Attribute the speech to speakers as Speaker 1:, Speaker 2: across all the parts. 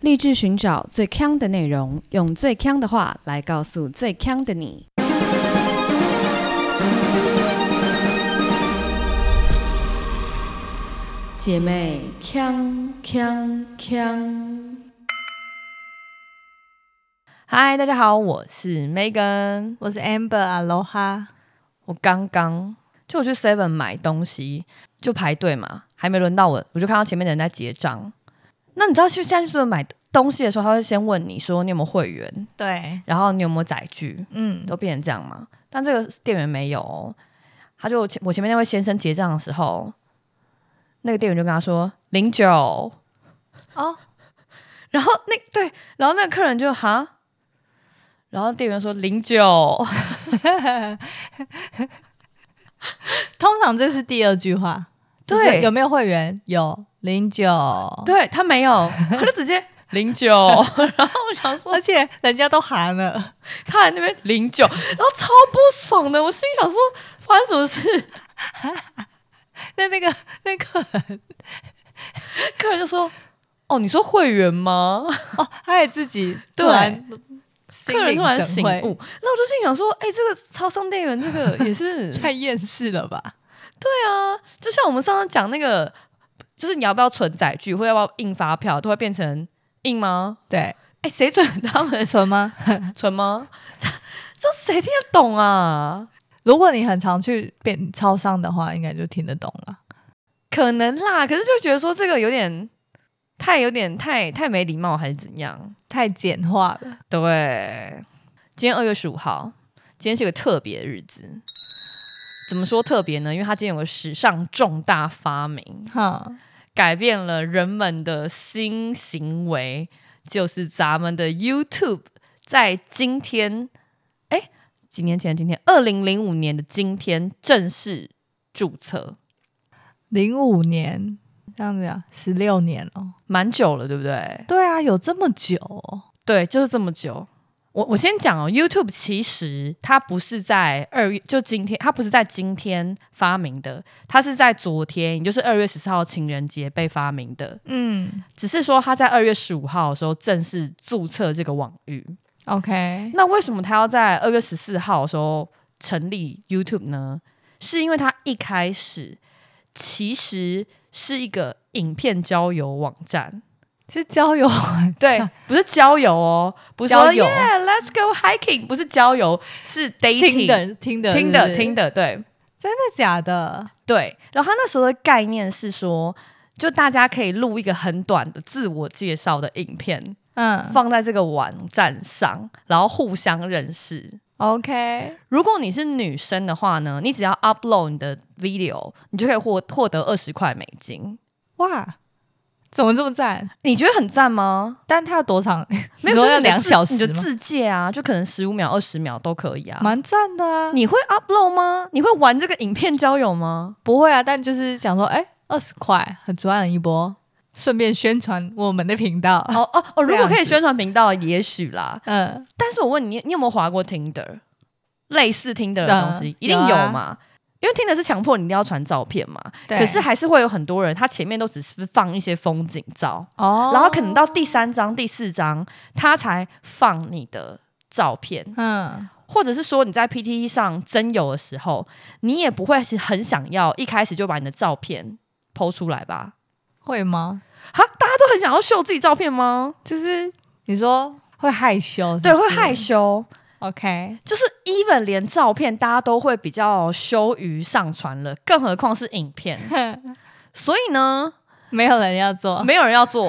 Speaker 1: 立志寻找最强的内容，用最强的话来告诉最强的你。姐妹，强强强！
Speaker 2: 嗨，大家好，我是 Megan。
Speaker 3: 我是 Amber Aloha，
Speaker 2: 我刚刚就我去 Seven 买东西，就排队嘛，还没轮到我，我就看到前面的人在结账。那你知道去现在去 Seven 买东西的时候，他会先问你说你有没有会员，
Speaker 3: 对，
Speaker 2: 然后你有没有载具，
Speaker 3: 嗯，
Speaker 2: 都变成这样嘛？但这个店员没有哦、他就前我前面那位先生结账的时候，那个店员就跟他说零九，
Speaker 3: 哦，
Speaker 2: 然后那对，然后那个客人就哈，然后店员说零九，
Speaker 3: 通常这是第二句话，就是
Speaker 2: 对
Speaker 3: 有没有会员？有零九，
Speaker 2: 对他没有，他就直接零 九，然后我想说
Speaker 3: 而且人家都喊了，
Speaker 2: 他在那边零九，然后超不爽的，我心里想说发生什么事？
Speaker 3: 那那个那个人
Speaker 2: 客人就说哦，你说会员吗？
Speaker 3: 哦，他也自己
Speaker 2: 对
Speaker 3: 突然心
Speaker 2: 客人
Speaker 3: 领
Speaker 2: 突然
Speaker 3: 神
Speaker 2: 醒
Speaker 3: 会
Speaker 2: 悟，那我就心想说，哎、这个超商店员这个也 是
Speaker 3: 太厌世了吧？
Speaker 2: 就像我们上次讲那个，就是你要不要存载具，或要不要印发票，都会变成印吗？
Speaker 3: 对，
Speaker 2: 哎，谁准他们
Speaker 3: 存吗？
Speaker 2: 存吗？这这谁听得懂啊？
Speaker 3: 如果你很常去变超商的话，应该就听得懂了。
Speaker 2: 可能啦，可是就觉得说这个有点太有点太太没礼貌，还是怎样？
Speaker 3: 太简化了，
Speaker 2: 对，今天二月十五号，今天是个特别日子。怎么说特别呢？因为它今天有个史上重大发明，
Speaker 3: 哈，
Speaker 2: 改变了人们的新行为，就是咱们的 YouTube 在今天，哎，几年前的今天，二零零五年的今天正式注册，
Speaker 3: 零五年这样子啊，十六年哦，
Speaker 2: 蛮久了，对不对？
Speaker 3: 对啊，有这么久、哦。
Speaker 2: 对，就是这么久。我我先讲哦，YouTube 其实它不是在二月，就今天，它不是在今天发明的，它是在昨天，也就是二月十四号情人节被发明的。
Speaker 3: 嗯
Speaker 2: 只是说它在二月十五号的时候正式注册这个网域。
Speaker 3: ，OK，
Speaker 2: 那为什么他要在二月十四号的时候成立 YouTube 呢？是因为他一开始其实是一个影片交友网站，
Speaker 3: 是交友网
Speaker 2: 对，不是交友哦，不是说
Speaker 3: 交友
Speaker 2: Yeah, let's go hiking，不是交友，是 dating，
Speaker 3: 听的听的
Speaker 2: 听
Speaker 3: 是
Speaker 2: 的，
Speaker 3: 不是
Speaker 2: 听的，对
Speaker 3: 真的假的？
Speaker 2: 对。然后他那时候的概念是说，就大家可以录一个很短的自我介绍的影片，
Speaker 3: 嗯
Speaker 2: 放在这个网站上，然后互相认识。
Speaker 3: ，OK，
Speaker 2: 如果你是女生的话呢，你只要 upload 你的 video，你就可以获获得二十块美金。
Speaker 3: 哇，怎么这么赞？
Speaker 2: 你觉得很赞吗？
Speaker 3: 但它有多长？
Speaker 2: 没有，就
Speaker 3: 你说
Speaker 2: 是
Speaker 3: 要
Speaker 2: 你的
Speaker 3: 两
Speaker 2: 自
Speaker 3: 小时
Speaker 2: 你的
Speaker 3: 吗
Speaker 2: 自介啊，就可能十五秒、二十秒都可以啊。
Speaker 3: 蛮赞的啊！
Speaker 2: 你会 upload 吗？你会玩这个影片交友吗？
Speaker 3: 不会啊，但就是想说，哎，二十块很赚一波，顺便宣传我们的频道。
Speaker 2: 哦哦哦！
Speaker 3: 啊这
Speaker 2: 如
Speaker 3: 样
Speaker 2: 果可以
Speaker 3: 子
Speaker 2: 宣传频道，也许啦。
Speaker 3: 嗯，
Speaker 2: 但是我问你，你有没有划过 Tinder？类似 Tinder 的东西，
Speaker 3: 嗯
Speaker 2: 一定
Speaker 3: 有
Speaker 2: 有
Speaker 3: 啊
Speaker 2: 嘛？因为 Tinder 是强迫你一定要传照片嘛。
Speaker 3: 对
Speaker 2: 可是还是会有很多人，他前面都只是放一些风景照。
Speaker 3: 哦，
Speaker 2: 然后可能到第三章、第四章，他才放你的照片，
Speaker 3: 嗯，
Speaker 2: 或者是说你在 PTT 上征友的时候，你也不会是很想要一开始就把你的照片剖出来吧？
Speaker 3: 会吗？
Speaker 2: 哈，大家都很想要秀自己照片吗？
Speaker 3: 就是你说会害羞是不
Speaker 2: 对，
Speaker 3: 是，
Speaker 2: 会害羞，
Speaker 3: OK，
Speaker 2: 就是 even 连照片大家都会比较羞于上传了，更何况是影片。所以呢，
Speaker 3: 没有人要做。
Speaker 2: 没有人要 做。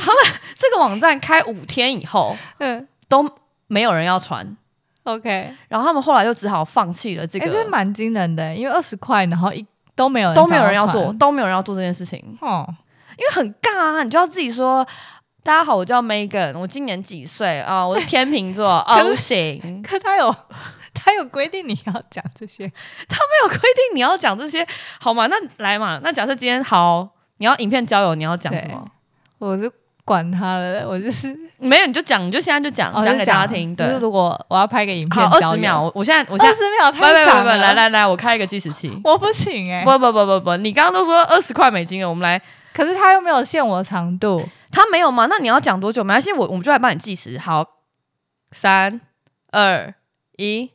Speaker 2: 他们这个网站开五天以后
Speaker 3: 嗯
Speaker 2: 都没有人要传，
Speaker 3: ，OK，
Speaker 2: 然后他们后来就只好放弃了这
Speaker 3: 哎，
Speaker 2: 个，
Speaker 3: 这蛮惊人的，因为二十块，然后一都没有人
Speaker 2: 都没有人要
Speaker 3: 上
Speaker 2: 做，
Speaker 3: 传。
Speaker 2: 都没有人要做这件事情，因
Speaker 3: 哦，
Speaker 2: 为很尬啊！你就要自己说，大家好，我叫 Megan，我今年几岁啊、我是天秤 座
Speaker 3: 可是
Speaker 2: ，O 型。
Speaker 3: 可他有 他有规定你要讲这些，
Speaker 2: 没有规定你要讲这些，好嘛？那来嘛，那假设今天好，你要影片交友，你要讲什么？
Speaker 3: 我就管他了，我就是
Speaker 2: 没有你就讲，你就现在就讲，
Speaker 3: 哦
Speaker 2: 讲
Speaker 3: 就
Speaker 2: 给大家听。
Speaker 3: 就
Speaker 2: 对
Speaker 3: 是，如果我要拍个影
Speaker 2: 好
Speaker 3: 片，，
Speaker 2: 二十秒，，我我现在我现
Speaker 3: 二
Speaker 2: 在，
Speaker 3: 十秒
Speaker 2: 不不
Speaker 3: 太
Speaker 2: 不
Speaker 3: 长
Speaker 2: 不，
Speaker 3: 了，
Speaker 2: 来，来来，我开一个计时器。
Speaker 3: 我不行哎、
Speaker 2: 不不不不不，你刚刚都说二十块美金了，我们来
Speaker 3: 可是他又没有限我长度，
Speaker 2: 他没有吗？那你要讲多久？没关系，我我们就来帮你计时。好，三二一，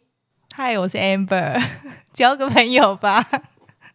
Speaker 3: 嗨，我是 Amber，交 个朋友吧，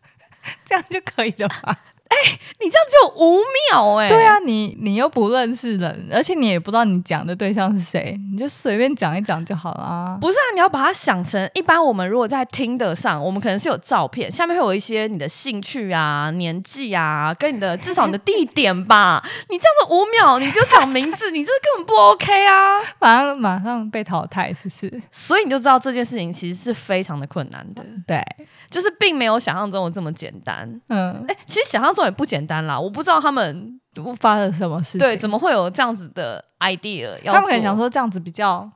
Speaker 3: 这样就可以了吧？
Speaker 2: 你这样只有五秒哎、
Speaker 3: 对，啊，你你又不认识人，而且你也不知道你讲的对象是谁，你就随便讲一讲就好啦。
Speaker 2: 不是啊，你要把它想成一般。我们如果在听得上，我们可能是有照片，下面会有一些你的兴趣啊、年纪啊，跟你的至少你的地点吧。 你这样子五秒你就讲名字， 你这根本不 OK 啊！
Speaker 3: 马上马上被淘汰是不是？
Speaker 2: 所以你就知道这件事情其实是非常的困难的，
Speaker 3: 对，
Speaker 2: 就是并没有想象中的这么简单。
Speaker 3: 嗯，
Speaker 2: 哎、其实想象中也不简单啦。我不知道他们
Speaker 3: 我发生什么事情？
Speaker 2: 对怎么会有这样子的 idea 要
Speaker 3: 他们可能
Speaker 2: 做
Speaker 3: 想，说这样子比较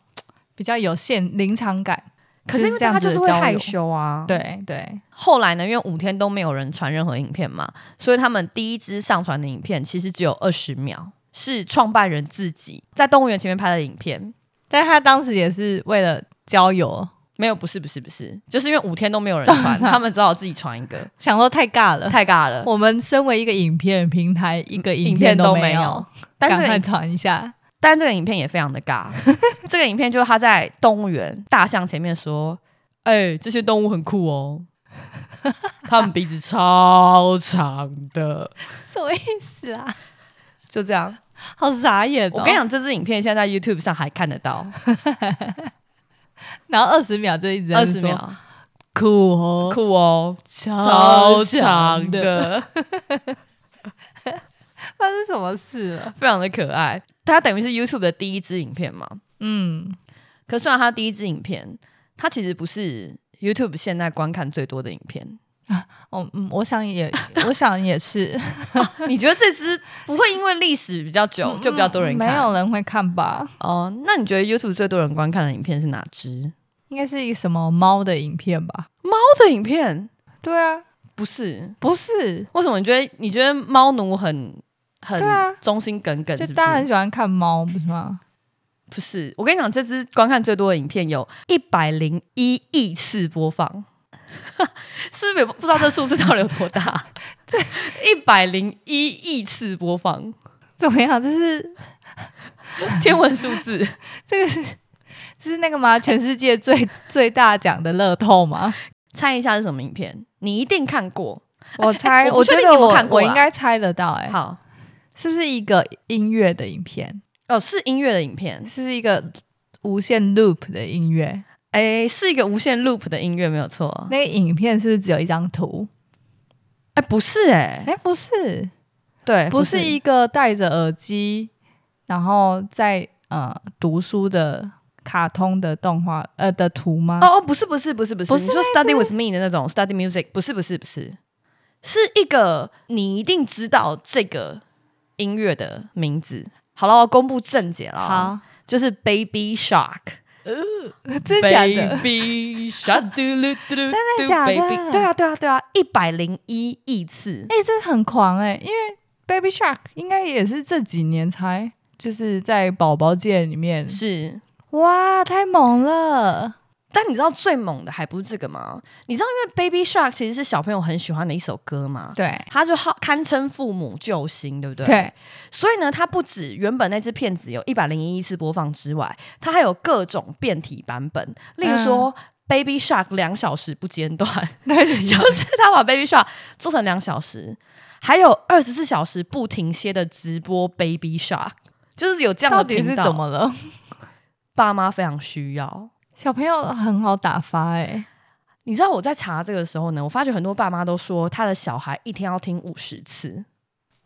Speaker 3: 比较有限临场感，
Speaker 2: 可是因为
Speaker 3: 这样
Speaker 2: 他
Speaker 3: 子
Speaker 2: 就
Speaker 3: 的
Speaker 2: 是会
Speaker 3: 交流
Speaker 2: 害羞啊。，
Speaker 3: 对对，
Speaker 2: 后来呢，因为五天都没有人传任何影片嘛，所以他们第一支上传的影片其实只有二十秒，是创办人自己在动物园前面拍的影片。
Speaker 3: 但他当时也是为了交友，
Speaker 2: 没有，不是，不是，不是，就是因为五天都没有人 传，他们只好自己传一个，
Speaker 3: 想说太尬了。
Speaker 2: 太尬了。
Speaker 3: 我们身为一个影片平台，一个
Speaker 2: 影片
Speaker 3: 片
Speaker 2: 都
Speaker 3: 没
Speaker 2: 没有， 但
Speaker 3: 赶
Speaker 2: 这个
Speaker 3: 快
Speaker 2: 影
Speaker 3: 传一下。
Speaker 2: 但这个影片也非常的尬。这个影片就是他在动物园大象前面说：“哎、这些动物很酷哦， 它们鼻子超长的。
Speaker 3: 什么意思啊？”
Speaker 2: 就这样，
Speaker 3: 好傻眼、哦！
Speaker 2: 我跟你，讲，这支影片现在在 YouTube 上还看得 到，
Speaker 3: 然后二十秒就一直
Speaker 2: 二十秒，
Speaker 3: 酷哦，
Speaker 2: 酷哦，
Speaker 3: 超
Speaker 2: 超长
Speaker 3: 的，
Speaker 2: 的，
Speaker 3: 发生什么事了？
Speaker 2: 非常的可爱。它等于是 YouTube 的第一支影片嘛。
Speaker 3: 嗯，
Speaker 2: 可虽然它第一支影片，它其实不是 YouTube 现在观看最多的影片。
Speaker 3: 哦，嗯，我想也，我想也是，
Speaker 2: 你觉得这支不会因为历史比较 久 就比较多人看？
Speaker 3: 嗯没有人会看吧？
Speaker 2: 哦，那你觉得 YouTube 最多人观看的影片是哪支？
Speaker 3: 应该是一个什么猫的影片吧？
Speaker 2: 猫的影片
Speaker 3: 对啊，
Speaker 2: 不是？
Speaker 3: 不是，
Speaker 2: 为什么你觉得你觉得猫奴很很
Speaker 3: 对啊
Speaker 2: 忠心耿耿
Speaker 3: 就是
Speaker 2: 不
Speaker 3: 大家很
Speaker 2: 是？
Speaker 3: 喜欢看猫，不是吗？
Speaker 2: 不是，我跟你讲，这支观看最多的影片有一百零一亿次播放， 是不是也不不知道这数字到底有多 大？一百零一亿次播放，
Speaker 3: 怎么样？这是
Speaker 2: 天文数字。
Speaker 3: 这个是这是那个吗？全世界最最大奖的乐透吗？
Speaker 2: 猜一下是什么影片？你一定看过。
Speaker 3: 我
Speaker 2: 哎
Speaker 3: 猜，
Speaker 2: 我不
Speaker 3: 我
Speaker 2: 确
Speaker 3: 觉
Speaker 2: 定你
Speaker 3: 得
Speaker 2: 有没有
Speaker 3: 我
Speaker 2: 看过
Speaker 3: 我
Speaker 2: 啦
Speaker 3: 应该猜得到、哎，
Speaker 2: 好，
Speaker 3: 是不是一个音乐的影片？
Speaker 2: 哦，是音乐的影片，
Speaker 3: 是不是一个无限 loop 的音乐？
Speaker 2: 哦诶，哎是一个无限 loop 的音乐，没有错。
Speaker 3: 那个影片是不是只有一张图？
Speaker 2: 哎、不是哎、
Speaker 3: 哎、不是，
Speaker 2: 对，
Speaker 3: 哎不是一个戴着耳机，然后在呃读书的卡通的动画呃的图吗？
Speaker 2: 哦哦，不是不是不是不是，
Speaker 3: 不是
Speaker 2: 你说 study with me 的那种 study music，不是不是不是，是一个你一定知道这个音乐的名字。好了，我公布正解了，，哦就是 Baby Shark，
Speaker 3: 好， 真的假的？
Speaker 2: Baby Shark，真
Speaker 3: 真的假的
Speaker 2: 对啊对啊对啊，一百零一亿次，
Speaker 3: 哎、这很狂哎、因为 Baby Shark 应该也是这几年才就是在宝宝界里面，
Speaker 2: 是
Speaker 3: 哇，太猛了！
Speaker 2: 但你知道最猛的还不是这个吗？你知道，因为 Baby Shark 其实是小朋友很喜欢的一首歌嘛，
Speaker 3: 对
Speaker 2: 它就号堪称父母救星，对不对？。
Speaker 3: 对，
Speaker 2: 所以呢，它不止原本那支片子有一百零一次播放之外，它还有各种变体版本，例如说。Baby
Speaker 3: 嗯
Speaker 2: Shark 两小时不间断， 就是他把 Baby Shark 做成两小时，还有二十四小时不停歇的直播 Baby Shark，就是有这样
Speaker 3: 到
Speaker 2: 的
Speaker 3: 底是
Speaker 2: 频道
Speaker 3: 怎么了？
Speaker 2: 爸妈非常需要。
Speaker 3: 小朋友很好打发哎、
Speaker 2: 你知道我在查这个的时候呢，我发觉很多爸妈都说他的小孩一天要听五十次，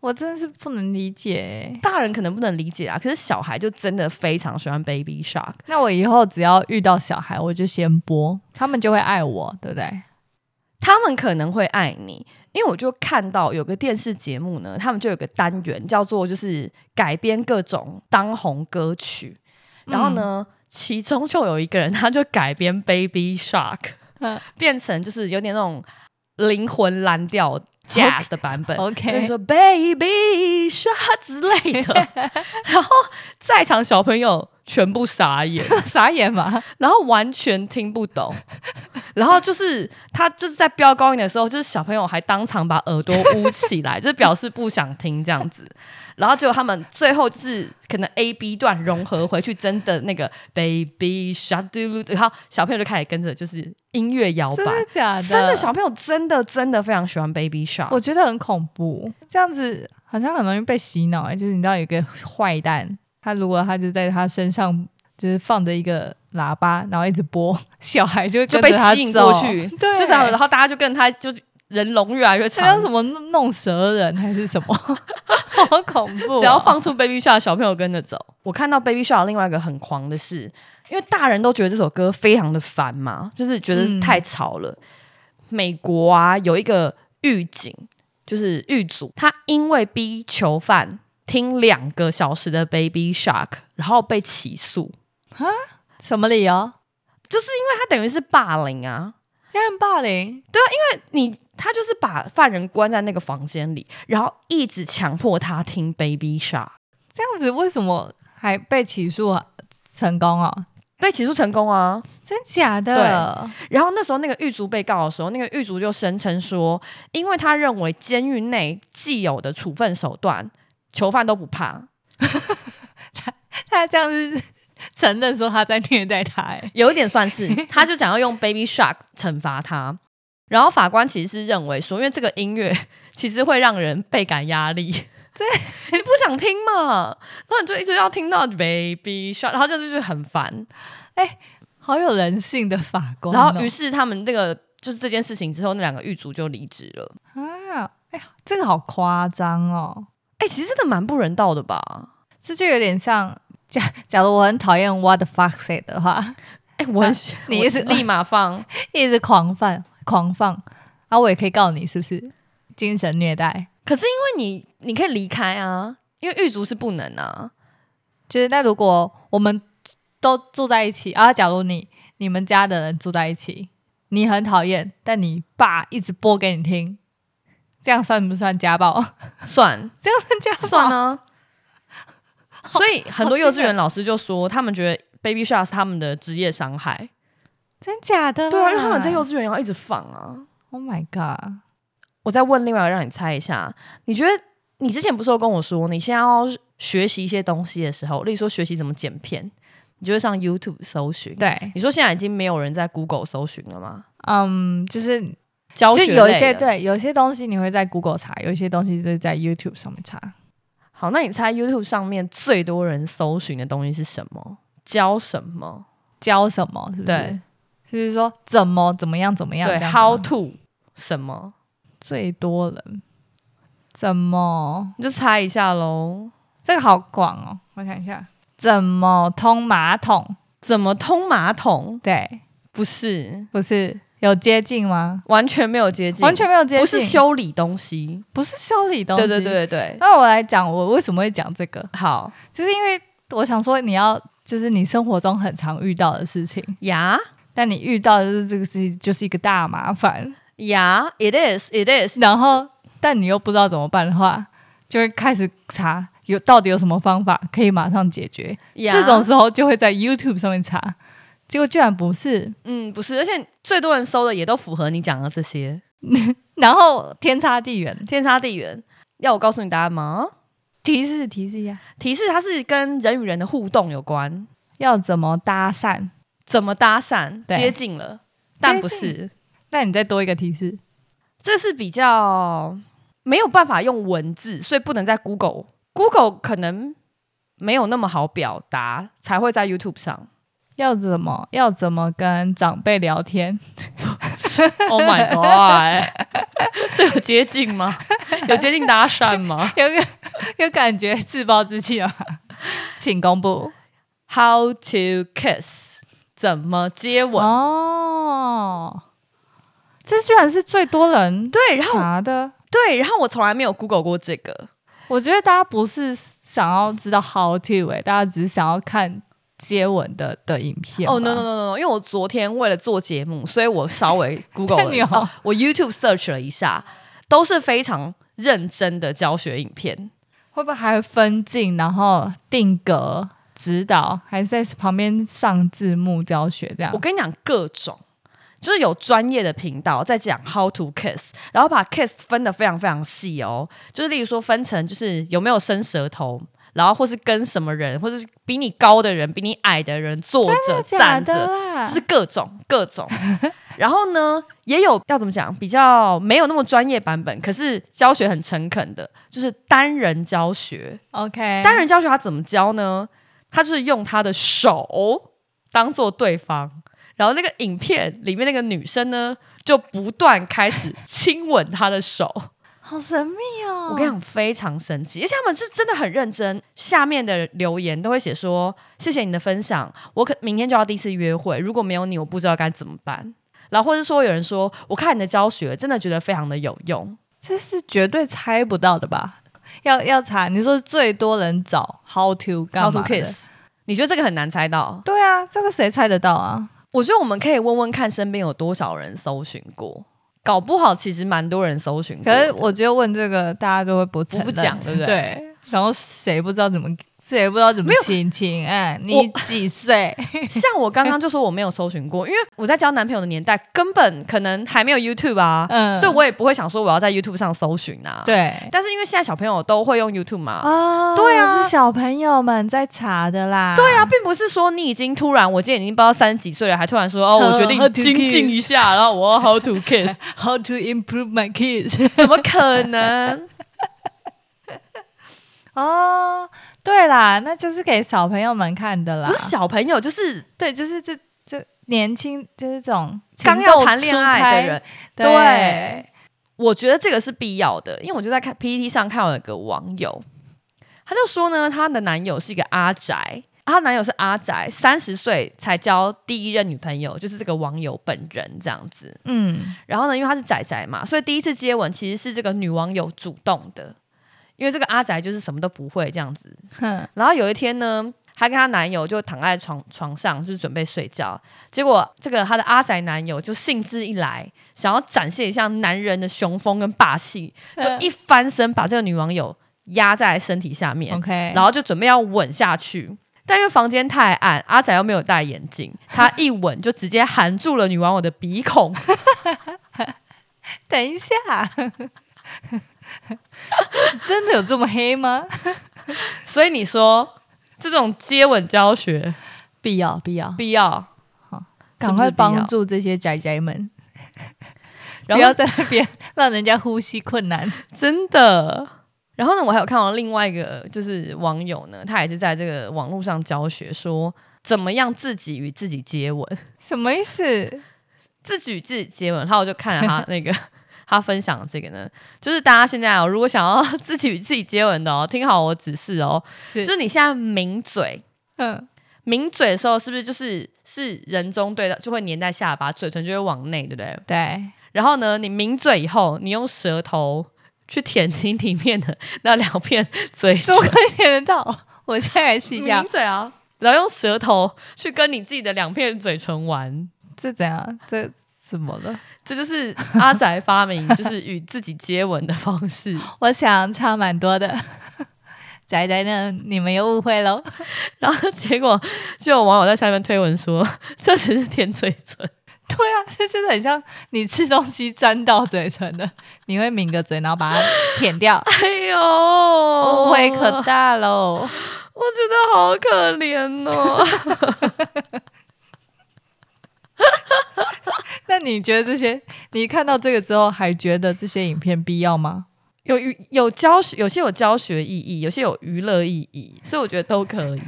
Speaker 3: 我真的是不能理解、欸。
Speaker 2: 大人可能不能理解啊，可是小孩就真的非常喜欢 Baby Shark。
Speaker 3: 那我以后只要遇到小孩，我就先播，他们就会爱我，对不对？
Speaker 2: 他们可能会爱你，因为我就看到有个电视节目呢，他们就有个单元叫做就是改编各种当红歌曲，然后呢，
Speaker 3: 嗯
Speaker 2: 其中就有一个人他就改编 Baby Shark，、
Speaker 3: 嗯
Speaker 2: 变成就是有点那种灵魂蓝调 jazz 的版本
Speaker 3: OK
Speaker 2: 就是说 Baby Shark 之类 的，然后在场小朋友全部傻眼。
Speaker 3: 傻眼嘛，
Speaker 2: 然后完全听不懂，然后就是他就是在飙 高音的时候，就是小朋友还当场把耳朵捂起来，就是表示不想听这样子。然后结果他们最后就是可能 A B 段融合回去，真的那个 Baby s h a d o o 然后小朋友就开始跟着就是音乐摇
Speaker 3: 真
Speaker 2: 摆。
Speaker 3: 的假的？
Speaker 2: 真的小朋友真的真的非常喜欢 Baby Shark，
Speaker 3: 我觉得很恐怖，这样子好像很容易被洗脑、欸。就是你知道有一个坏蛋，他如果他就在他身上就是放着一个喇叭，然后一直播，小孩就会
Speaker 2: 就
Speaker 3: 跟
Speaker 2: 被
Speaker 3: 着他
Speaker 2: 吸引过
Speaker 3: 走
Speaker 2: 去，
Speaker 3: 对，
Speaker 2: 就这样，然后大家就跟他就是人龙越来越
Speaker 3: 这
Speaker 2: 长
Speaker 3: 叫，什么弄弄蛇人还是 什么？好恐怖哦、
Speaker 2: 只要放出 Baby Shark，小朋友跟着走。我看到 Baby Shark 另外一个很狂的是，因为大人都觉得这首歌非常的烦嘛，就是觉得是太吵了。美国啊，有一个狱警，就是狱卒，他因为逼囚犯听两个小时的 Baby Shark，然后被起诉，
Speaker 3: 什么理 由？
Speaker 2: 就是因为他等于是霸凌啊。
Speaker 3: 这样霸凌？
Speaker 2: 你他就是把犯人关在那个房间里，然后一直强迫他听 Baby Shark。
Speaker 3: 这样子为什么还被起诉啊成功哦？
Speaker 2: 被起诉成功啊！
Speaker 3: 真假的？
Speaker 2: 然后那时候那个狱卒被告的时候，那个狱卒就声称说，因为他认为监狱内既有的处分手段，囚犯都不怕。
Speaker 3: 他这样子 承认说他在虐待他、欸，
Speaker 2: 有一点算是，他就想要用 Baby Shark 惩罚他。然后法官其实是认为说，因为这个音乐其实会让人倍感压力，对，你不想听嘛，然后你就一直要听到 Baby Shark，然后就就是很烦。
Speaker 3: 好有人性的法官哦、
Speaker 2: 然后于是他们这个就是这件事情之后，那两个狱卒就离职了。
Speaker 3: 啊，哎呀，这个好夸张哦！
Speaker 2: 哎、其实真的蛮不人道的吧？
Speaker 3: 这就有点像， 假假如我很讨厌 What the fuck said 的话，
Speaker 2: 哎、我很、
Speaker 3: 你也是
Speaker 2: 我立马放，
Speaker 3: 一直狂放狂放，啊，我也可以告你是不是精神虐待？
Speaker 2: 可是因为你你可以离开啊，因为狱卒是不能啊。
Speaker 3: 就是那如果我们都住在一起啊，假如你你们家的人住在一起，你很讨厌，但你爸一直播给你听，这样算不算家暴？
Speaker 2: 算
Speaker 3: 这样算家暴？
Speaker 2: 算呢、所以很多幼稚
Speaker 3: 好
Speaker 2: 园老师就说，他们觉得 Baby Shark 是他们的职业伤害。
Speaker 3: 真假的啦？
Speaker 2: 对啊，因为他们在幼稚园要一直放啊。
Speaker 3: Oh my god！
Speaker 2: 我再问另外一个让你猜一下，你觉得你之前不是有跟我说，你现在要学习一些东西的时候，例如说学习怎么剪片，你就会上 YouTube 搜寻。
Speaker 3: 对，
Speaker 2: 你说现在已经没有人在 Google 搜寻了吗？
Speaker 3: 嗯，就是
Speaker 2: 教
Speaker 3: 就
Speaker 2: 学
Speaker 3: 有一
Speaker 2: 类
Speaker 3: 些
Speaker 2: 的。
Speaker 3: 对，有一些东西你会在 Google 查，有一些东西是在 YouTube 上面查。
Speaker 2: 好，那你猜 YouTube 上面最多人搜寻的东西是什么？教什么？
Speaker 3: 教什么？是不
Speaker 2: 对
Speaker 3: 是？就是说怎么怎么样怎么样？
Speaker 2: 对
Speaker 3: 这样子吗
Speaker 2: ，How to 什么？
Speaker 3: 最多人怎么？
Speaker 2: 你就猜一下喽。
Speaker 3: 这个好广哦，我想一下，怎么通马桶？
Speaker 2: 怎么通马桶？
Speaker 3: 对，
Speaker 2: 不是，
Speaker 3: 不是有接近吗？
Speaker 2: 完全没有接近，
Speaker 3: 完全没有接近，
Speaker 2: 不是修理东西。
Speaker 3: 不是修理东西。
Speaker 2: 对对。对对，
Speaker 3: 那我来讲，我为什么会讲这个，
Speaker 2: 好
Speaker 3: 就是因为我想说你要。就是你生活中很常遇到的事情，
Speaker 2: 呀
Speaker 3: 但你遇到的就是这个事情就是一个大麻烦。
Speaker 2: 呀，It is It is。
Speaker 3: 然后但你又不知道怎么办的话，就会开始查有到底有什么方法可以马上解决。
Speaker 2: 呀
Speaker 3: 这种时候就会在 YouTube 上面查，结果居然不是。
Speaker 2: 嗯不是，而且最多人搜的也都符合你讲的这些，
Speaker 3: 然后天差地远，
Speaker 2: 天差地远。要我告诉你答案吗？
Speaker 3: 提示提示一下，
Speaker 2: 提示它是跟人与人的互动有关，
Speaker 3: 要怎么搭讪？
Speaker 2: 怎么搭讪
Speaker 3: 对
Speaker 2: 接近了，但不是，
Speaker 3: 那你再多一个提示，
Speaker 2: 这是比较没有办法用文字，所以不能在 Google Google 可能没有那么好表达，才会在 YouTube 上。
Speaker 3: 要怎么要怎么跟长辈聊天？
Speaker 2: Oh my god！这有接近 吗？有接近搭讪吗
Speaker 3: 有个有感觉自暴自弃了吗，请公布
Speaker 2: ？How to kiss？怎么接吻？
Speaker 3: 哦。这居然是最多人
Speaker 2: 对，然后
Speaker 3: 查的，
Speaker 2: 对，然后我从来没有 Google 过这个。
Speaker 3: 我觉得大家不是想要知道 how to，哎、大家只是想要看接吻的的影片。
Speaker 2: 哦、n o no no no no，因为我昨天为了做节目，所以我稍 微 Google 了
Speaker 3: 你
Speaker 2: 一下，
Speaker 3: 好
Speaker 2: 哦我 YouTube search 了一下，都是非常认真的教学影片。
Speaker 3: 会不会还分镜，然后定格指导，还是在旁边上字幕教学这样
Speaker 2: 我？跟你讲，各种就是有专业的频道在讲 how to kiss，然后把 kiss 分得非常非常细哦，就是例如说分成就是有没有伸舌头，然后或是跟什么人，或者是比你高的人、比你矮的人坐着
Speaker 3: 假
Speaker 2: 站
Speaker 3: 的
Speaker 2: 着，
Speaker 3: 啦，
Speaker 2: 就是各种各种。 然后呢，也有要怎么讲，比较没有那么专业版本，可是教学很诚恳的，就是单人教学。
Speaker 3: OK，
Speaker 2: 单人教学他怎么教呢？他就是用他的手当做对方，然后那个影片里面那个女生呢，就不断开始 亲吻他的手。
Speaker 3: 好神秘哦。
Speaker 2: 我跟你讲，非常神奇，而且他们是真的很认真。下面的留言都会写说：“谢谢你的分享，我可明天就要第一次约会，如果没有你，我不知道该怎么办。”然后或者说有人说：“我看你的教学，真的觉得非常的有用。
Speaker 3: 这是绝对猜不到的吧？要要查，你说最多人找 How to 干
Speaker 2: ”How
Speaker 3: 嘛
Speaker 2: to
Speaker 3: 的
Speaker 2: kiss？你觉得这个很难猜到？
Speaker 3: 对啊，这个谁猜得到啊？
Speaker 2: 我觉得我们可以问问看身边有多少人搜寻过，搞不好其实蛮多人搜寻过
Speaker 3: 可
Speaker 2: 的。
Speaker 3: 是我觉得问这个，大家都会不承
Speaker 2: 我
Speaker 3: 认
Speaker 2: 不讲，对不对？
Speaker 3: 对，然后谁不知道怎么，谁不知道怎么
Speaker 2: 没有
Speaker 3: 亲亲爱？你几 岁？
Speaker 2: 像我刚刚就说我没有搜寻过，因为我在交男朋友的年代根本可能还没有 YouTube 啊，
Speaker 3: 嗯
Speaker 2: 所以我也不会想说我要在 YouTube 上搜寻啊。，
Speaker 3: 对
Speaker 2: 但是因为现在小朋友都会用 YouTube 嘛。
Speaker 3: 啊
Speaker 2: 对啊
Speaker 3: 是小朋友们在查的啦。
Speaker 2: 对啊，并不是说你已经突然，我今天已经不知道三十几岁了，还突然 说哦，我决定
Speaker 3: How to
Speaker 2: 精进
Speaker 3: kiss
Speaker 2: 一下，然后我要 how to kiss，
Speaker 3: ，How to improve my kids？
Speaker 2: 怎么可能？
Speaker 3: 哦，对啦，那就是给小朋友们看的 啦。
Speaker 2: 不是小朋友，就是
Speaker 3: 对，就是这这年轻，就是这种
Speaker 2: 刚
Speaker 3: 情
Speaker 2: 要
Speaker 3: 窦
Speaker 2: 谈恋
Speaker 3: 初
Speaker 2: 爱
Speaker 3: 开
Speaker 2: 的人，，
Speaker 3: 对，
Speaker 2: 对我觉得这个是必要的，因为我就在看 PPT 上看到有个网友，他就说呢，她的男友是一个阿宅，她男友是阿宅，三十岁才交第一任女朋友，就是这个网友本人这样子。
Speaker 3: 嗯，
Speaker 2: 然后呢，因为他是仔仔嘛，所以第一次接吻其实是这个女网友主动的，因为这个阿宅就是什么都不会这样子。
Speaker 3: 哼，
Speaker 2: 然后有一天呢，她跟她男友就躺在床床上，就是准备睡觉。结果这个她的阿宅男友就兴致一来，想要展现一下男人的雄风跟霸气，就一翻身把这个女网友压在身体下面，
Speaker 3: OK，
Speaker 2: 然后就准备要吻下去。但因为房间太暗，阿仔又没有戴眼镜，他一吻就直接含住了女网友的鼻孔，
Speaker 3: 等一下， 真的有这么黑吗？
Speaker 2: 所以你说这种接吻教学
Speaker 3: 必要，必要，
Speaker 2: 必要？是
Speaker 3: 赶
Speaker 2: 不
Speaker 3: 快
Speaker 2: 是必要
Speaker 3: 帮助这些宅宅们，
Speaker 2: 然
Speaker 3: 不
Speaker 2: 后
Speaker 3: 要在那边 让人家呼吸困难。
Speaker 2: 真的。然后呢，我还有看到另外一个就是网友呢，他也是在这个网络上教学说怎么样自己与自己接吻，
Speaker 3: 什么意思？
Speaker 2: 自己与自己接吻。然后我就看了他那个 他分享的这个呢，就是大家现在哦，如果想要 自己与自己接吻的哦，听好我指示哦，
Speaker 3: 是
Speaker 2: 就是你现在抿嘴，
Speaker 3: 嗯，
Speaker 2: 抿嘴的时候是不是就是是人中对到就会粘在下巴，嘴唇就会往内，对不对？
Speaker 3: 对，
Speaker 2: 然后呢，你抿嘴以后，你用舌头去舔你里面的那两片嘴
Speaker 3: 怎
Speaker 2: 唇
Speaker 3: 么，可以点得到？我现在来试一下
Speaker 2: 抿，嘴啊，然后用舌头去跟你自己的两片嘴唇玩。
Speaker 3: 这怎样？这怎么了？
Speaker 2: 这就是阿宅发明，就是与自己接吻的方 式。
Speaker 3: 我想差蛮多的。 宅宅呢？你们又误会喽。
Speaker 2: 然后结果就有网友在下面推文说， 这只是舔嘴唇。
Speaker 3: 对啊， 这真的很像你吃东西沾到嘴唇的，你会抿个嘴，然后把它舔掉，
Speaker 2: 哎呦，
Speaker 3: 误
Speaker 2: 误
Speaker 3: 会可大
Speaker 2: 我
Speaker 3: 喽。
Speaker 2: 觉得好可怜哦。
Speaker 3: 那你觉得这些，你看到这个之后，还觉得这些影片必要吗？
Speaker 2: 有娱有教学，有些有教学意义，有些有娱乐意义，所以我觉得都可以。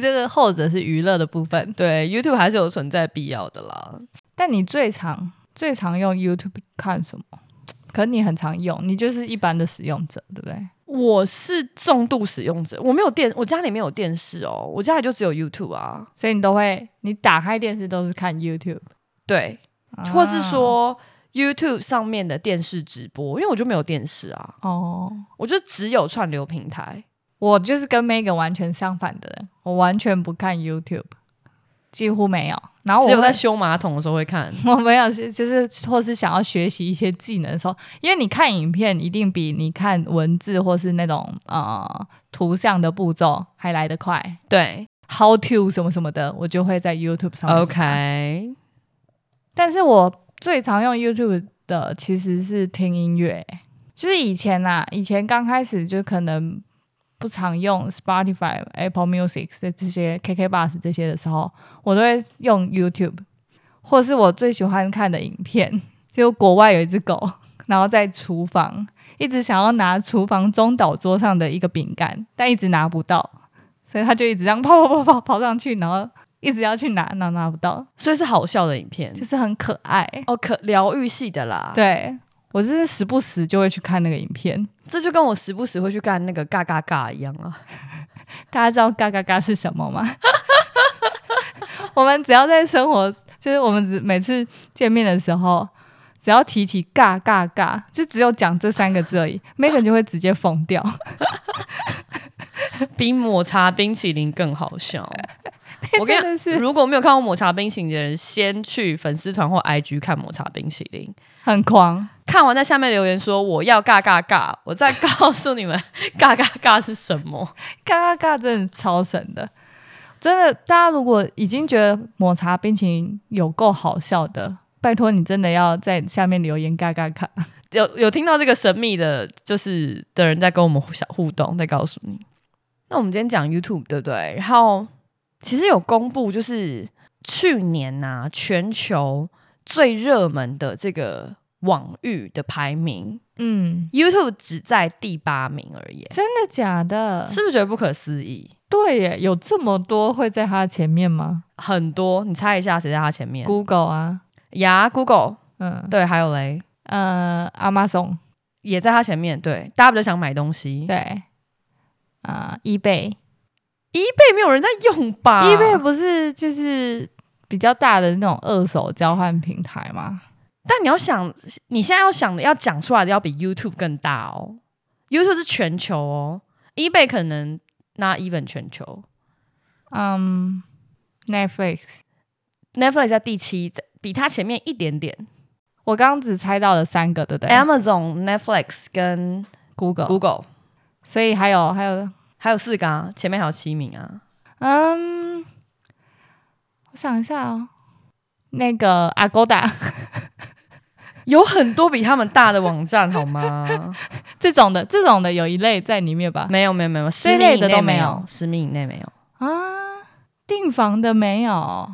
Speaker 3: 这个后者是娱乐的部分，
Speaker 2: 对，YouTube 还是有存在必要的啦。
Speaker 3: 但你最常最常用 YouTube 看什么？可你很常用，你就是一般的使用者，对不对？
Speaker 2: 我是重度使用者，我没有电，我家里没有电视哦，我家里就只有 YouTube 啊。
Speaker 3: 所以你都会，你打开电视都是看 YouTube，
Speaker 2: 对，
Speaker 3: 啊
Speaker 2: 或是说 YouTube 上面的电视直播，因为我就没有电视啊，
Speaker 3: 啊哦，
Speaker 2: 我就只有串流平台。
Speaker 3: 我就是跟 Megan 完全相反的人，我完全不看 YouTube，几乎没有。然啊后我
Speaker 2: 只有
Speaker 3: 会
Speaker 2: 在修马桶的时候会看，
Speaker 3: 我没有，是就是或是想要学习一些技能的时候，因为你看影片一定比你看文字或是那种呃图像的步骤还来得快。
Speaker 2: 对
Speaker 3: How to 什么什么的，我就会在 YouTube 上面查。
Speaker 2: ，OK，
Speaker 3: 但是我最常用 YouTube 的其实是听音乐，就是以前啊，以前刚开始就可能不常用 Spotify、Apple Music 这这些 KK Bus 这些的时候，我都会用 YouTube，或是我最喜欢看的影片， 就国外有一只狗，然后在厨房一直想要拿厨房中岛桌上的一个饼干，但一直拿不到，所以它就一直这样跑跑跑跑跑上去，然后一直要去拿，然后拿不到。
Speaker 2: 所以是好笑的影片，
Speaker 3: 就是很可爱。
Speaker 2: 哦，可疗愈系的啦。，
Speaker 3: 对我真是时不时就会去看那个影片。
Speaker 2: 这就跟我时不时会去干那个嘎嘎嘎一样 啊。
Speaker 3: 大家知道嘎嘎嘎是什么吗？ 我们只要在生活，就是我们只每次见面的时候，只要提起嘎嘎嘎，就只有讲这三个字而已，Megan 就会直接疯掉。
Speaker 2: 比抹茶冰淇淋更好 笑。我跟
Speaker 3: 真
Speaker 2: 你
Speaker 3: 的
Speaker 2: 讲，
Speaker 3: 是
Speaker 2: 如果没有看过抹茶冰淇淋的人，先去粉丝团或 IG 看抹茶冰淇淋，
Speaker 3: 很狂，
Speaker 2: 看完在下面留言说我要嘎嘎嘎，我再告诉你们 嘎嘎嘎是什么。
Speaker 3: 嘎嘎嘎真的超神的。真的，大家如果已经觉得抹茶冰淇淋有够好笑的，拜托你真的要在下面留言嘎嘎嘎。
Speaker 2: 有有听到这个神秘的，就是的人在跟我们小互动，在告诉你。那我们今天讲 YouTube 对不对？然后其实有公布，就是去年呐、全球最热门的这个网域的排名
Speaker 3: 嗯，
Speaker 2: ，YouTube 只在第八名而已，
Speaker 3: 真的假的？
Speaker 2: 是不是觉得不可思议？
Speaker 3: 对耶，有这么多会在它前面吗
Speaker 2: 很多，你猜一下谁在它前面？
Speaker 3: ？Google 啊，
Speaker 2: 呀，Google
Speaker 3: 嗯
Speaker 2: 对，还有嘞，
Speaker 3: 呃，Amazon
Speaker 2: 也在它前面。对，大家不就想买东西？
Speaker 3: 对，啊、e b a y
Speaker 2: 被没有人在用吧
Speaker 3: e b a y 不是就是比较大的那种二手交换平台吗？
Speaker 2: 但你要想，你现在要想的要讲出来的要比 YouTube 更大哦。YouTube 是全球哦，eBay 可能 not even 全球
Speaker 3: 嗯、n e t f l i x
Speaker 2: ，Netflix 在第七，比它前面一点点。
Speaker 3: 我刚刚只猜到了三个，对不对
Speaker 2: Amazon、Netflix 跟
Speaker 3: Google，
Speaker 2: Google，
Speaker 3: 所以还有还有，
Speaker 2: 还有四个啊，前面还有七名啊。
Speaker 3: 嗯，我想一下哦，那个 Agoda
Speaker 2: 有很多比他们大的网站好吗？
Speaker 3: 这种的，这种的有一类在里面吧？
Speaker 2: 没有没有没有，十
Speaker 3: 这
Speaker 2: 名
Speaker 3: 类
Speaker 2: 以
Speaker 3: 的
Speaker 2: 内
Speaker 3: 都
Speaker 2: 没
Speaker 3: 没有
Speaker 2: 有，十名以内没有，
Speaker 3: 啊，订房的没有。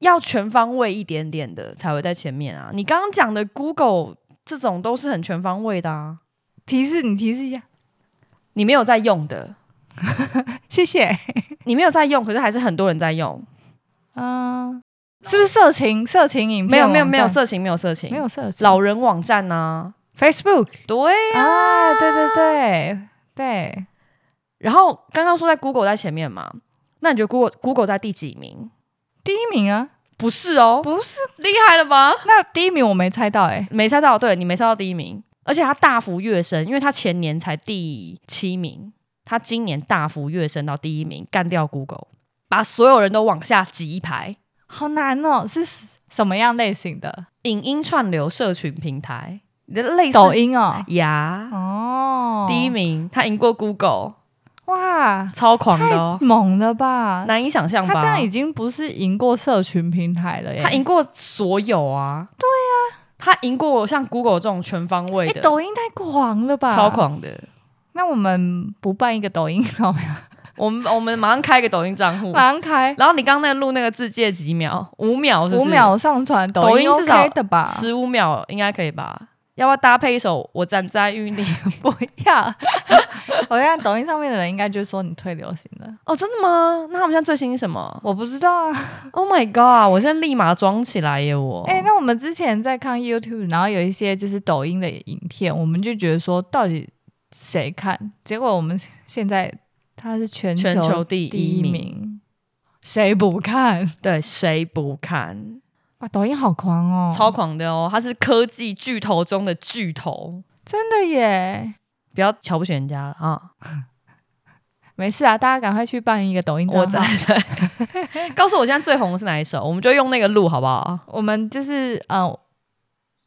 Speaker 2: 要全方位一点点的才会在前面啊。你刚刚讲的 Google 这种都是很全方位的啊，
Speaker 3: 提示你提示一下，
Speaker 2: 你没有在用的，
Speaker 3: 谢谢。
Speaker 2: 你没有在用，可是还是很多人在用。
Speaker 3: 嗯、是不是色情色情影片？
Speaker 2: 没有没有没有，色情，没有色情，
Speaker 3: 没有色情。
Speaker 2: 老人网站呐、
Speaker 3: Facebook
Speaker 2: 对。
Speaker 3: 啊，对对对对，
Speaker 2: 然后刚刚说在 Google 在前面嘛，那你觉得 Google Google 在第几名？
Speaker 3: 第一名啊，
Speaker 2: 不是哦，
Speaker 3: 不是
Speaker 2: 厉害了吧？
Speaker 3: 那第一名我没猜到哎、
Speaker 2: 没猜到，对你没猜到第一名，而且它大幅跃升，因为它前年才第七名，它今年大幅跃升到第一名，干掉 Google，把所有人都往下挤一排。
Speaker 3: 好难哦，是什么样类型的？
Speaker 2: 影音串流社群平台，类似
Speaker 3: 抖音哦，
Speaker 2: 呀，
Speaker 3: 哦，
Speaker 2: 第一名，它赢过 Google，
Speaker 3: 哇，
Speaker 2: 超狂的、
Speaker 3: 太
Speaker 2: 哦，
Speaker 3: 猛了吧！
Speaker 2: 难以想象吧？
Speaker 3: 他这样已经不是赢过社群平台了耶，
Speaker 2: 他赢过所有啊，对啊，他赢过像 Google 这种全方位
Speaker 3: 哎、
Speaker 2: 的，
Speaker 3: 抖音太狂了吧，
Speaker 2: 超！狂的。
Speaker 3: 那我们不办一个抖音 好吗？
Speaker 2: 我们我们马上开一个抖音账户，
Speaker 3: 马上开，
Speaker 2: 然后你刚刚那录那个字借几秒？五秒哦是不
Speaker 3: 五
Speaker 2: 是？
Speaker 3: 秒上传
Speaker 2: 抖音
Speaker 3: 音
Speaker 2: 至少
Speaker 3: OK 的吧？
Speaker 2: 十五秒应该可以吧？要不要搭配一首《我站在雨里》？
Speaker 3: 不要， 我看抖音上面的人应该就说你退流行了，
Speaker 2: 哦，真的吗？那他们现在最新是什么
Speaker 3: 我不知道啊。
Speaker 2: ？Oh my god！我现在立马装起来耶！我
Speaker 3: 哎、那我们之前在看 YouTube，然后有一些就是抖音的影片，我们就觉得说到底谁看？结果我们现在他是全球
Speaker 2: 全球第
Speaker 3: 第
Speaker 2: 一名，
Speaker 3: 名，谁不看？
Speaker 2: 对，谁不看？
Speaker 3: 哇，抖音好狂哦，
Speaker 2: 超狂的哦！他是科技巨头中的巨头，
Speaker 3: 真的耶！
Speaker 2: 不要瞧不起人家了啊！
Speaker 3: 没事啊，大家赶快去办一个抖音
Speaker 2: 我
Speaker 3: 账
Speaker 2: 在
Speaker 3: 号。
Speaker 2: 在，告诉我现在 最红的是哪一首，我们就用那个录好不好？
Speaker 3: 我们就是呃，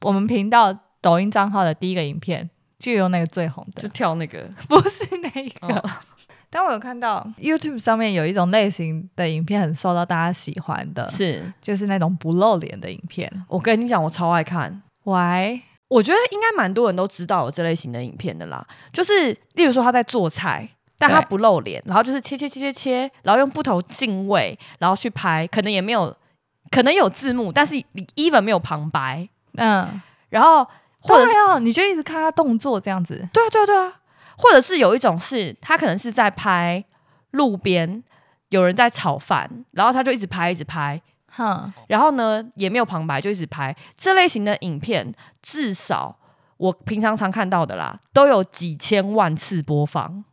Speaker 3: 我们频道抖音账号的第一个影片就有那个最红的
Speaker 2: 就，跳那个。
Speaker 3: 不是那一个。
Speaker 2: 哦
Speaker 3: 但我有看到 YouTube 上面有一种类型的影片很受到大家喜欢的，
Speaker 2: 是
Speaker 3: 就是那种不露脸的影片。
Speaker 2: 我跟你讲，我超爱看，
Speaker 3: Why？
Speaker 2: 我觉得应该蛮多人都知道有这类型的影片的啦，就是例如说他在做菜，但他
Speaker 3: 对
Speaker 2: 不露脸，然后就是切切切切切，然后用不同镜位，然后去拍，可能也没有，可能有字幕，但是 even 没有旁白，
Speaker 3: 嗯，
Speaker 2: 然后或
Speaker 3: 或
Speaker 2: 者
Speaker 3: 者
Speaker 2: 是
Speaker 3: 哦，你就一直看他动作这样子。
Speaker 2: 对啊对啊对啊，或者是有一种是他可能是在拍路边有人在炒饭，然后他就一直拍一直拍，
Speaker 3: 哼，
Speaker 2: 然后呢也没有旁白，就一直拍这类型的影片，至少我平常常看到的啦，都有几千万次播放。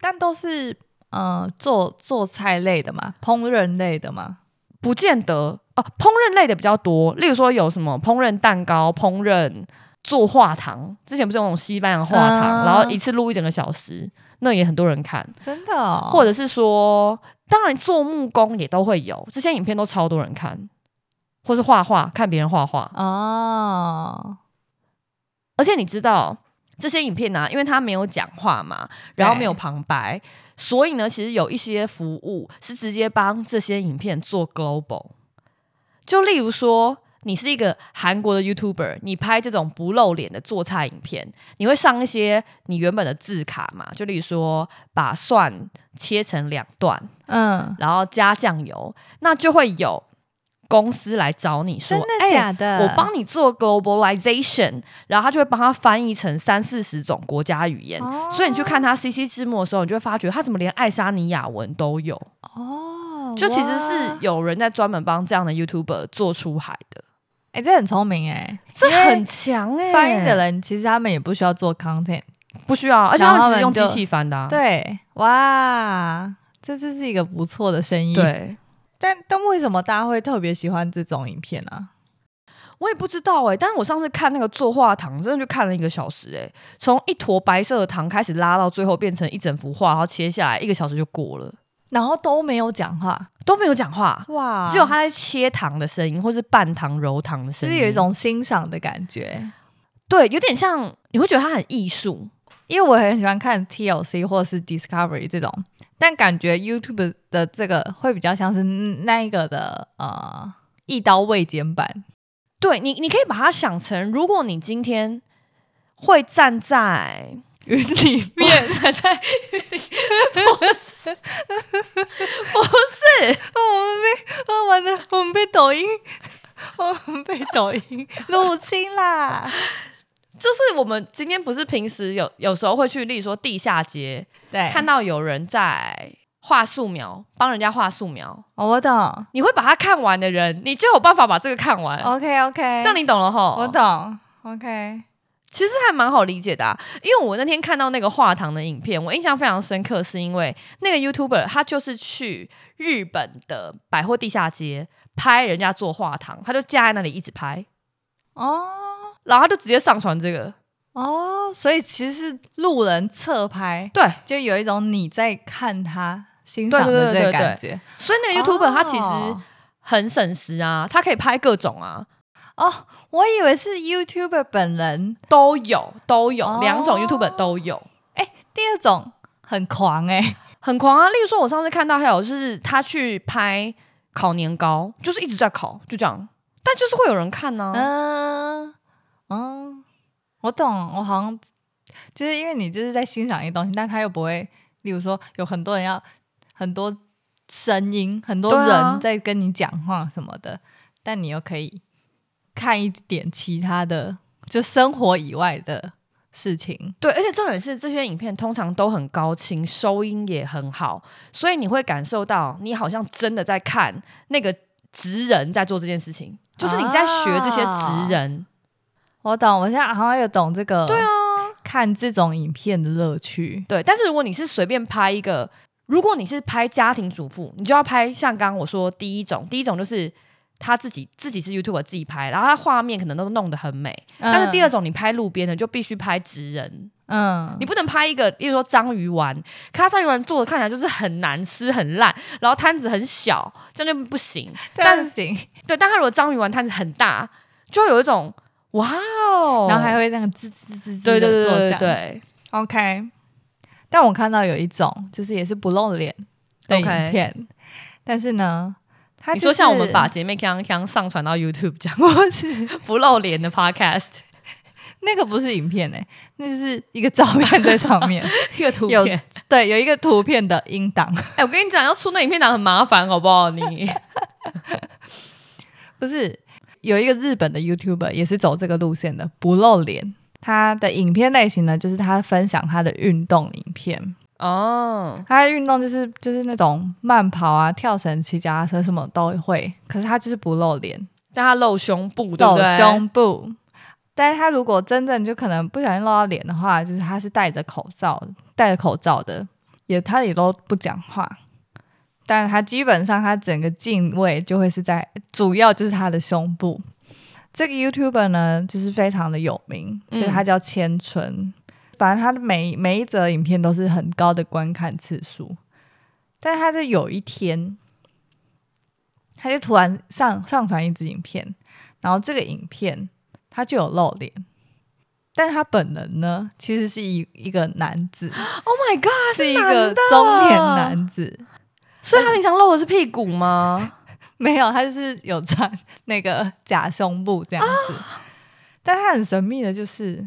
Speaker 3: 但都是呃做做菜类的嘛，烹饪类的嘛。
Speaker 2: 不见得哦、烹饪类的比较多，例如说有什么烹饪蛋糕、烹饪做画堂，之前不是有那种西班牙画堂，
Speaker 3: 啊
Speaker 2: 然后一次录一整个小时，那也很多人看，
Speaker 3: 真的、哦，
Speaker 2: 或者是说，当然做木工也都会有，这些影片都超多人看，或是画画，看别人画画，
Speaker 3: 哦，
Speaker 2: 而且你知道这些影片啊呢、因为它没有讲话嘛，然后
Speaker 3: 对
Speaker 2: 没有旁白，所以呢，其实有一些服务是直接帮这些影片做 global。就例如说，你是一个韩国的 YouTuber，你拍这种不露脸的做菜影片，你会上一些你原本的字卡嘛？就例如说，把蒜切成两段，
Speaker 3: 嗯，
Speaker 2: 然后加酱油，那就会有公司来找你说：“
Speaker 3: 真的
Speaker 2: 哎
Speaker 3: 假的？
Speaker 2: 我帮你做 globalization，然后他就会帮他翻译成三四十种国家语言。
Speaker 3: 哦
Speaker 2: 所以你去看他 CC 字幕的时候，你就会发觉他怎么连爱沙尼亚文都有，
Speaker 3: 哦，
Speaker 2: 就其实
Speaker 3: 哇
Speaker 2: 是有人在专门帮这样的 YouTuber 做出海的，
Speaker 3: 哎、这很聪明哎、
Speaker 2: 这
Speaker 3: 因为
Speaker 2: 很强哎、
Speaker 3: 翻译的人其实他们也不需要做 content，、
Speaker 2: 不需要，而且他们
Speaker 3: 然后
Speaker 2: 其实
Speaker 3: 他
Speaker 2: 用
Speaker 3: 们
Speaker 2: 机
Speaker 3: 就
Speaker 2: 器翻的、啊，
Speaker 3: 对，哇，这这是一个不错的生意。，
Speaker 2: 对。
Speaker 3: 但但为什么大家会特别喜欢这种影片啊？
Speaker 2: 我也不知道哎、但是我上次看那个作画堂，真的就看了一个小时哎、从一坨白色的糖开始拉到最后变成一整幅画，然后切下来一个小时就过了，
Speaker 3: 然后都没有讲话，
Speaker 2: 都没有讲话，
Speaker 3: 哇
Speaker 2: 只有他在切糖的声音，或是半糖揉糖的
Speaker 3: 就
Speaker 2: 声音，
Speaker 3: 是有一种欣赏的感觉。
Speaker 2: 对，有点像你会觉得他很艺术，
Speaker 3: 因为我很喜欢看 TLC 或是 Discovery 这种，但感觉 YouTube 的这个会比较像是那一个的呃一刀未 剪版。
Speaker 2: 对你，你可以把它想成，如果你今天会站 在
Speaker 3: 云里面 才在，
Speaker 2: 不是
Speaker 3: 哦我们被我们的我们被抖音，哦我们被抖音入侵啦！
Speaker 2: 就是我们今天不是平时有有时候会去，例如说地下街，
Speaker 3: 对，
Speaker 2: 看到有人在画素描，帮人家画素描，
Speaker 3: 哦我懂
Speaker 2: 你会把它看完的人，你就有办法把这个看完。
Speaker 3: ，OK 哦 OK，
Speaker 2: 这样你懂了吼？
Speaker 3: 我懂，OK，
Speaker 2: 其实还蛮好理解的、啊，因为我那天看到那个画堂的影片，我印象非常深刻，是因为那个 YouTuber 他就是去日本的百货地下街拍人家做画堂，他就架在那里一直拍，
Speaker 3: 哦
Speaker 2: 然后他就直接上传这个，
Speaker 3: 哦，所以其实是路人侧拍，
Speaker 2: 对，
Speaker 3: 就有一种你在看他欣
Speaker 2: 对
Speaker 3: 赏
Speaker 2: 对
Speaker 3: 的这
Speaker 2: 对对
Speaker 3: 个
Speaker 2: 对
Speaker 3: 感觉。
Speaker 2: 所以那个 YouTuber 他其实
Speaker 3: 哦
Speaker 2: 很省时啊，他可以拍各种啊，
Speaker 3: 哦，我以为是 YouTuber 本人。
Speaker 2: 都有都有
Speaker 3: 哦
Speaker 2: 两种 YouTuber 都有。
Speaker 3: 第二种很狂哎、
Speaker 2: 很狂啊！例如说，我上次看到还有就是他去拍烤年糕，就是一直在烤，就这样。但就是会有人看呢、
Speaker 3: 嗯嗯，我懂，我好像就是因为你就是在欣赏一个东西，但他又不会，例如说有很多人要很多声音，很多
Speaker 2: 对啊
Speaker 3: 人在跟你讲话什么的，但你又可以看一点其他的，就生活以外的事情。
Speaker 2: 对，而且重点是这些影片通常都很高清，收音也很好，所以你会感受到你好像真的在看那个职人在做这件事情，就是你在学这些职人。
Speaker 3: 我懂，我现在好像有懂这个，
Speaker 2: 对啊，
Speaker 3: 看这种影片的乐趣。
Speaker 2: 对。但是如果你是随便拍一个，如果你是拍家庭主妇，你就要拍像刚刚我说第一种，第一种就是。他自己自己是 YouTube 自己拍，然后他画面可能都弄得很美，但是第二种你拍路边的就必须拍职人，
Speaker 3: 嗯，
Speaker 2: 你不能拍一个，例如说章鱼丸，可它章鱼丸做的看起来就是很难吃、很烂，然后摊子很小，这样就不行。
Speaker 3: 但行，
Speaker 2: 对，但它如果章鱼丸摊子很大，就会有一种哇哦，
Speaker 3: 然后还会那个吱吱吱吱
Speaker 2: 对对
Speaker 3: 的
Speaker 2: 对
Speaker 3: 作
Speaker 2: 对对
Speaker 3: 响。
Speaker 2: 对，
Speaker 3: OK，但我看到有一种就是也是不露脸的影
Speaker 2: OK
Speaker 3: 片但是呢，它
Speaker 2: 你
Speaker 3: 就
Speaker 2: 说像我们
Speaker 3: 是
Speaker 2: 把姐妹锵锵上传到 YouTube 这样，我是不露脸的 Podcast
Speaker 3: 那个不是影片哎、那是一个照片在上 面，
Speaker 2: 一个图
Speaker 3: 有
Speaker 2: 片。
Speaker 3: 对，有一个图片的音档，
Speaker 2: 哎、我跟你讲，要出那影片档很麻烦，好不好？ 你
Speaker 3: 不是有一个日本的 YouTuber 也是走这个路线的，不露脸。他的影片类型呢，就是他分享他的运动影片，
Speaker 2: 哦，
Speaker 3: 他的运动就是就是那种慢跑啊、跳绳、骑脚踏车什么都会，可是他就是不露脸，
Speaker 2: 但他露胸部，对不
Speaker 3: 露
Speaker 2: 对？
Speaker 3: 胸部。但是他如果真正就可能不小心露到脸的话，就是他是戴着口罩，戴着口罩的，也他也都不讲话。但他基本上他整个敬畏就会是在，主要就是他的胸部。这个 YouTuber 呢，就是非常的有名，
Speaker 2: 嗯
Speaker 3: 就是他叫千春。反正他的每每一则影片都是很高的观看次数，但是他就有一天，他就突然上上传一支影片，然后这个影片他就有露脸，但他本人呢，其实是一一个男子，
Speaker 2: Oh my god！
Speaker 3: 是一
Speaker 2: 男
Speaker 3: 个
Speaker 2: 的
Speaker 3: 中年男子，
Speaker 2: 所以他平常露的是屁股吗？
Speaker 3: 没有，他就是有穿那个假胸部这样子。但他很神秘的就是，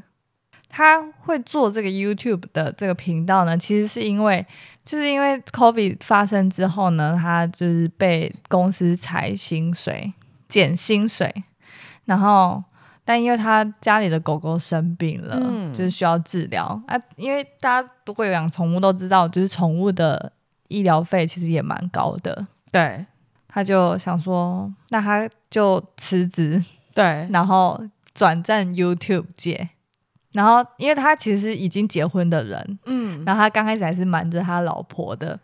Speaker 3: 他会做这个 YouTube 的这个频道呢，其实是因为就是因为 COVID 发生之后呢，他就是被公司裁薪水、减薪水，然后。但因为他家里的狗狗生病了，
Speaker 2: 嗯
Speaker 3: 就是需要治疗啊。因为大家如果有养宠物都知道，就是宠物的医疗费其实也蛮高的。
Speaker 2: 对
Speaker 3: 他就想说，那他就辞职，
Speaker 2: 对，
Speaker 3: 然后转战 YouTube 界。然后，因为他其实是已经结婚的人，
Speaker 2: 嗯，
Speaker 3: 然后他刚开始还是瞒着他老婆的，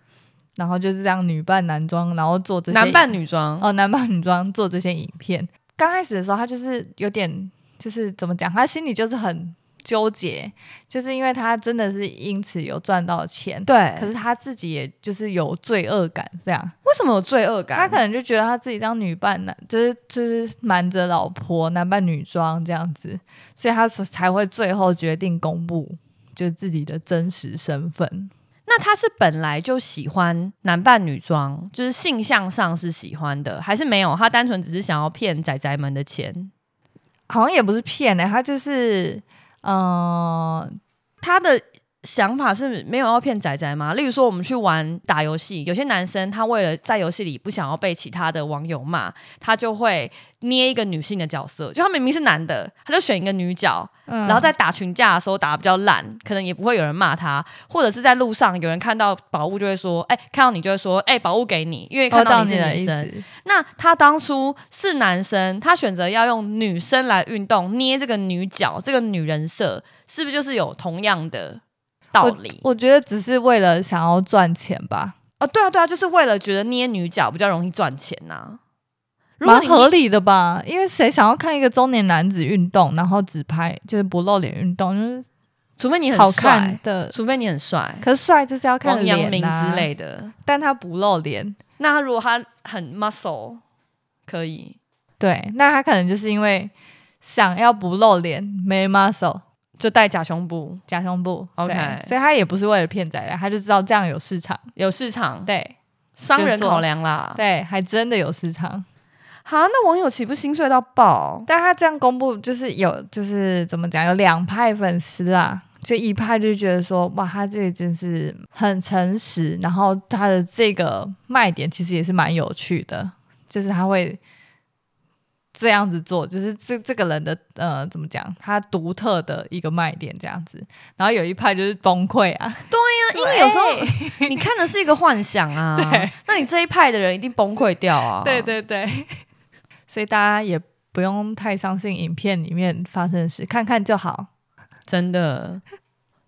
Speaker 3: 然后就是这样女扮男装，然后做这些
Speaker 2: 男扮女装。
Speaker 3: 哦男扮女装做这些影片。刚开始的时候，他就是有点就是怎么讲，他心里就是很纠结，就是因为他真的是因此有赚到钱，
Speaker 2: 对
Speaker 3: 可是他自己也就是有罪恶感这样。
Speaker 2: 为什么有罪恶
Speaker 3: 他
Speaker 2: 感？
Speaker 3: 可能就觉得他自己当女扮男，就是就是瞒着老婆男扮女装这样子，所以他所才会最后决定公布就是自己的真实身份。
Speaker 2: 那他是本来就喜欢男扮女装，就是性向上是喜欢的，还是没有？他单纯只是想要骗仔仔们的钱。
Speaker 3: 好像也不是骗呢、他就是嗯、呃
Speaker 2: 他的想法是没有要骗仔仔吗？例如说，我们去玩打游戏，有些男生他为了在游戏里不想要被其他的网友骂，他就会捏一个女性的角色，就他明明是男的，他就选一个女角，然后在打群架的时候打得比较烂，可能也不会有人骂他，或者是在路上有人看到宝物就会说，哎、看到你就会说，哎、宝物给你，因为看
Speaker 3: 我
Speaker 2: 到
Speaker 3: 懂
Speaker 2: 你
Speaker 3: 你
Speaker 2: 是
Speaker 3: 的
Speaker 2: 女
Speaker 3: 意
Speaker 2: 生。
Speaker 3: 思，
Speaker 2: 那他当初是男生，他选择要用女生来运动，捏这个女角，这个女人设，是不是就是有同样的道理？
Speaker 3: 我觉得只是为了想要赚钱吧，
Speaker 2: 哦，对啊，对啊，就是为了觉得捏女角比较容易赚钱啊呐、如果
Speaker 3: 蛮
Speaker 2: 你
Speaker 3: 合理的吧？因为谁想要看一个中年男子运动，然后只拍就是不露脸运动，就是
Speaker 2: 除非你
Speaker 3: 好
Speaker 2: 很
Speaker 3: 看
Speaker 2: 帅，
Speaker 3: 的。
Speaker 2: 除非你很帅，
Speaker 3: 可是帅就是要看
Speaker 2: 王
Speaker 3: 脸、啊、
Speaker 2: 阳明之类的。
Speaker 3: 但他不露脸。
Speaker 2: 那他如果他很 muscle，可以，
Speaker 3: 对，那他可能就是因为想要不露脸，没 muscle，
Speaker 2: 就戴假胸部，
Speaker 3: 假胸部
Speaker 2: OK
Speaker 3: 对所以他也不是为了骗仔仔，他就知道这样有市场。
Speaker 2: 有市场，
Speaker 3: 对
Speaker 2: 商人
Speaker 3: 就做
Speaker 2: 考量啦。
Speaker 3: 对，还真的有市场。
Speaker 2: 好，那网友岂不心碎到爆？
Speaker 3: 但他这样公布，就是有就是怎么讲，有两派粉丝啦。就一派就觉得说，哇，他这个真是很诚实，然后他的这个卖点其实也是蛮有趣的，就是他会这样子做，就是这这个人的呃怎么讲，他独特的一个卖点这样子。然后有一派就是崩溃啊，
Speaker 2: 因为有时候你看的是一个幻想啊， 那你这一派的人一定崩溃掉啊。
Speaker 3: 对对对， 所以大家也不用太相信影片里面发生的事，看看就好。
Speaker 2: 真的。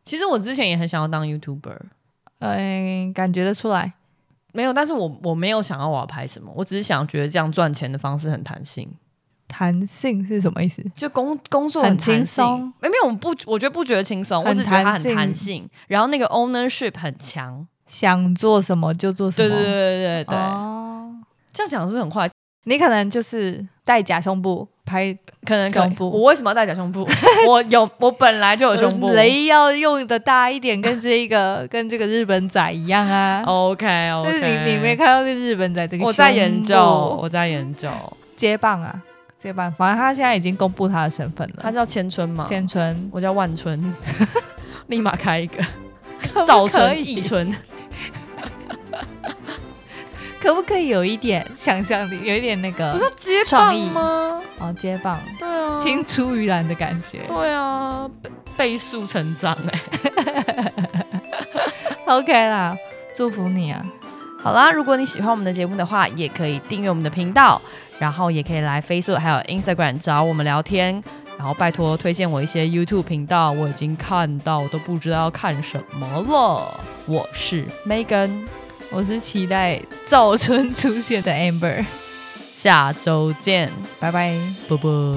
Speaker 2: 其实我之前也很想要当 YouTuber，
Speaker 3: 嗯，感觉得出来。
Speaker 2: 没有，但是我我没有想要我要拍什么，我只是想觉得这样赚钱的方式很弹性，
Speaker 3: 弹性是什么意思？
Speaker 2: 就工工作
Speaker 3: 很
Speaker 2: 弹
Speaker 3: 轻
Speaker 2: 性
Speaker 3: 松。
Speaker 2: 没有，我不，我觉得不觉得轻松，我
Speaker 3: 很
Speaker 2: 只觉得它很
Speaker 3: 弹性
Speaker 2: 弹性，然后那个 ownership 很强。
Speaker 3: 想做什么就做什
Speaker 2: 对
Speaker 3: 么。
Speaker 2: 对对对对对，
Speaker 3: 哦，
Speaker 2: 这样讲是不是很快？
Speaker 3: 你可能就是戴假胸部拍
Speaker 2: 可能
Speaker 3: 胸
Speaker 2: 可以
Speaker 3: 部
Speaker 2: 我为什么要大脚胸 部？我有，我本来就有胸部。
Speaker 3: 呃雷要用的大一点，跟这个 跟这个日本仔一样啊。
Speaker 2: OK
Speaker 3: 但是
Speaker 2: 哦 OK，
Speaker 3: 你你没看到这日本仔这个，
Speaker 2: 我在研究，我在研究。
Speaker 3: 接棒啊，接棒。反正他现在已经公布他的身份
Speaker 2: 他
Speaker 3: 了，
Speaker 2: 叫千春嘛，
Speaker 3: 千春
Speaker 2: 我叫万春， 立马开一 个赵
Speaker 3: 可
Speaker 2: 春、易
Speaker 3: 以
Speaker 2: 春。
Speaker 3: 可不可以有一点想象力，有一点那个
Speaker 2: 不 是要接
Speaker 3: 创
Speaker 2: 棒
Speaker 3: 意
Speaker 2: 吗？
Speaker 3: 哦接棒，
Speaker 2: 对啊，
Speaker 3: 青出于蓝的感觉，
Speaker 2: 对啊，倍倍速成长哎、
Speaker 3: OK 啦，祝福你啊！
Speaker 2: 好啦，如果你喜欢我们的节目的话，也可以订阅我们的频道，然后也可以来 Facebook 还有 Instagram 找我们聊天。然后拜托推荐我一些 YouTube 频道，我已经看到都不知道要看什么了。我是 Megan，
Speaker 3: 我是期待赵春出现的 Amber，
Speaker 2: 下周见，
Speaker 3: 拜拜。
Speaker 2: 啵啵。